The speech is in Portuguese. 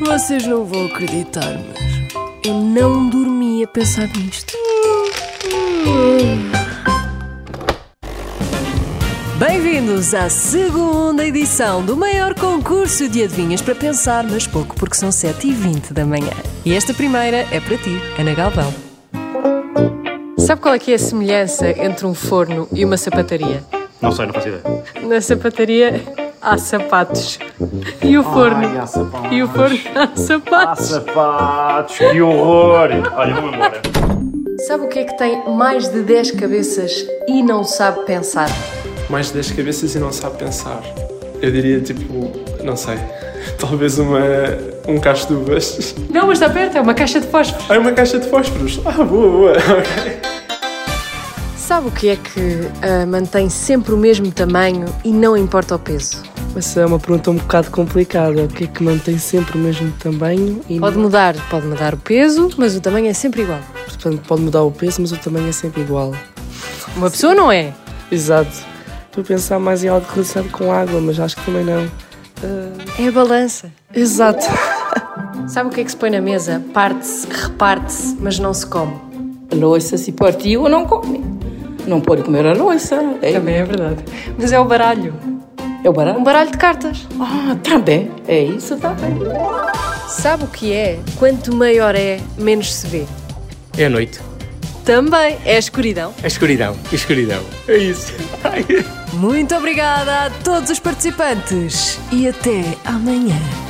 Vocês não vão acreditar, mas eu não dormi a pensar nisto. Bem-vindos à segunda edição do maior concurso de adivinhas para pensar, mas pouco, porque são 7h20 da manhã. E esta primeira é para ti, Ana Galvão. Sabe qual é que é a semelhança entre um forno e uma sapataria? Não sei, não faço ideia. Na sapataria há sapatos. E o forno? há sapatos. E o forno há sapatos. Sapatos, que horror! Olha, vamos embora. Sabe o que é que tem mais de 10 cabeças e não sabe pensar? mais de 10 cabeças e não sabe pensar. Eu diria tipo, não sei, talvez uma, um cacho de uvas. Não, mas está perto, é uma caixa de fósforos. Ah, uma caixa de fósforos. Ah, boa, boa. ok. Sabe o que é que ah, mantém sempre o mesmo tamanho e não importa o peso? Essa é uma pergunta um bocado complicada. O que é que mantém sempre o mesmo tamanho? E Pode mudar, pode mudar o peso, mas o tamanho é sempre igual. Portanto, pode mudar o peso, mas o tamanho é sempre igual. Uma pessoa não é. Exato. Estou a pensar mais em algo relacionado com água, mas acho que também não. É a balança. Exato. Sabe o que é que se põe na mesa? Parte-se, reparte-se, mas não se come. A louça, se partiu, não come. Não pode comer a louça. É, é verdade. Mas é o baralho. é o barato. Um baralho de cartas. Ah, também. É isso também. Sabe o que é? Quanto maior é, menos se vê. É a noite. Também é a escuridão. A escuridão. A escuridão. É isso. Ai. Muito obrigada a todos os participantes e até amanhã.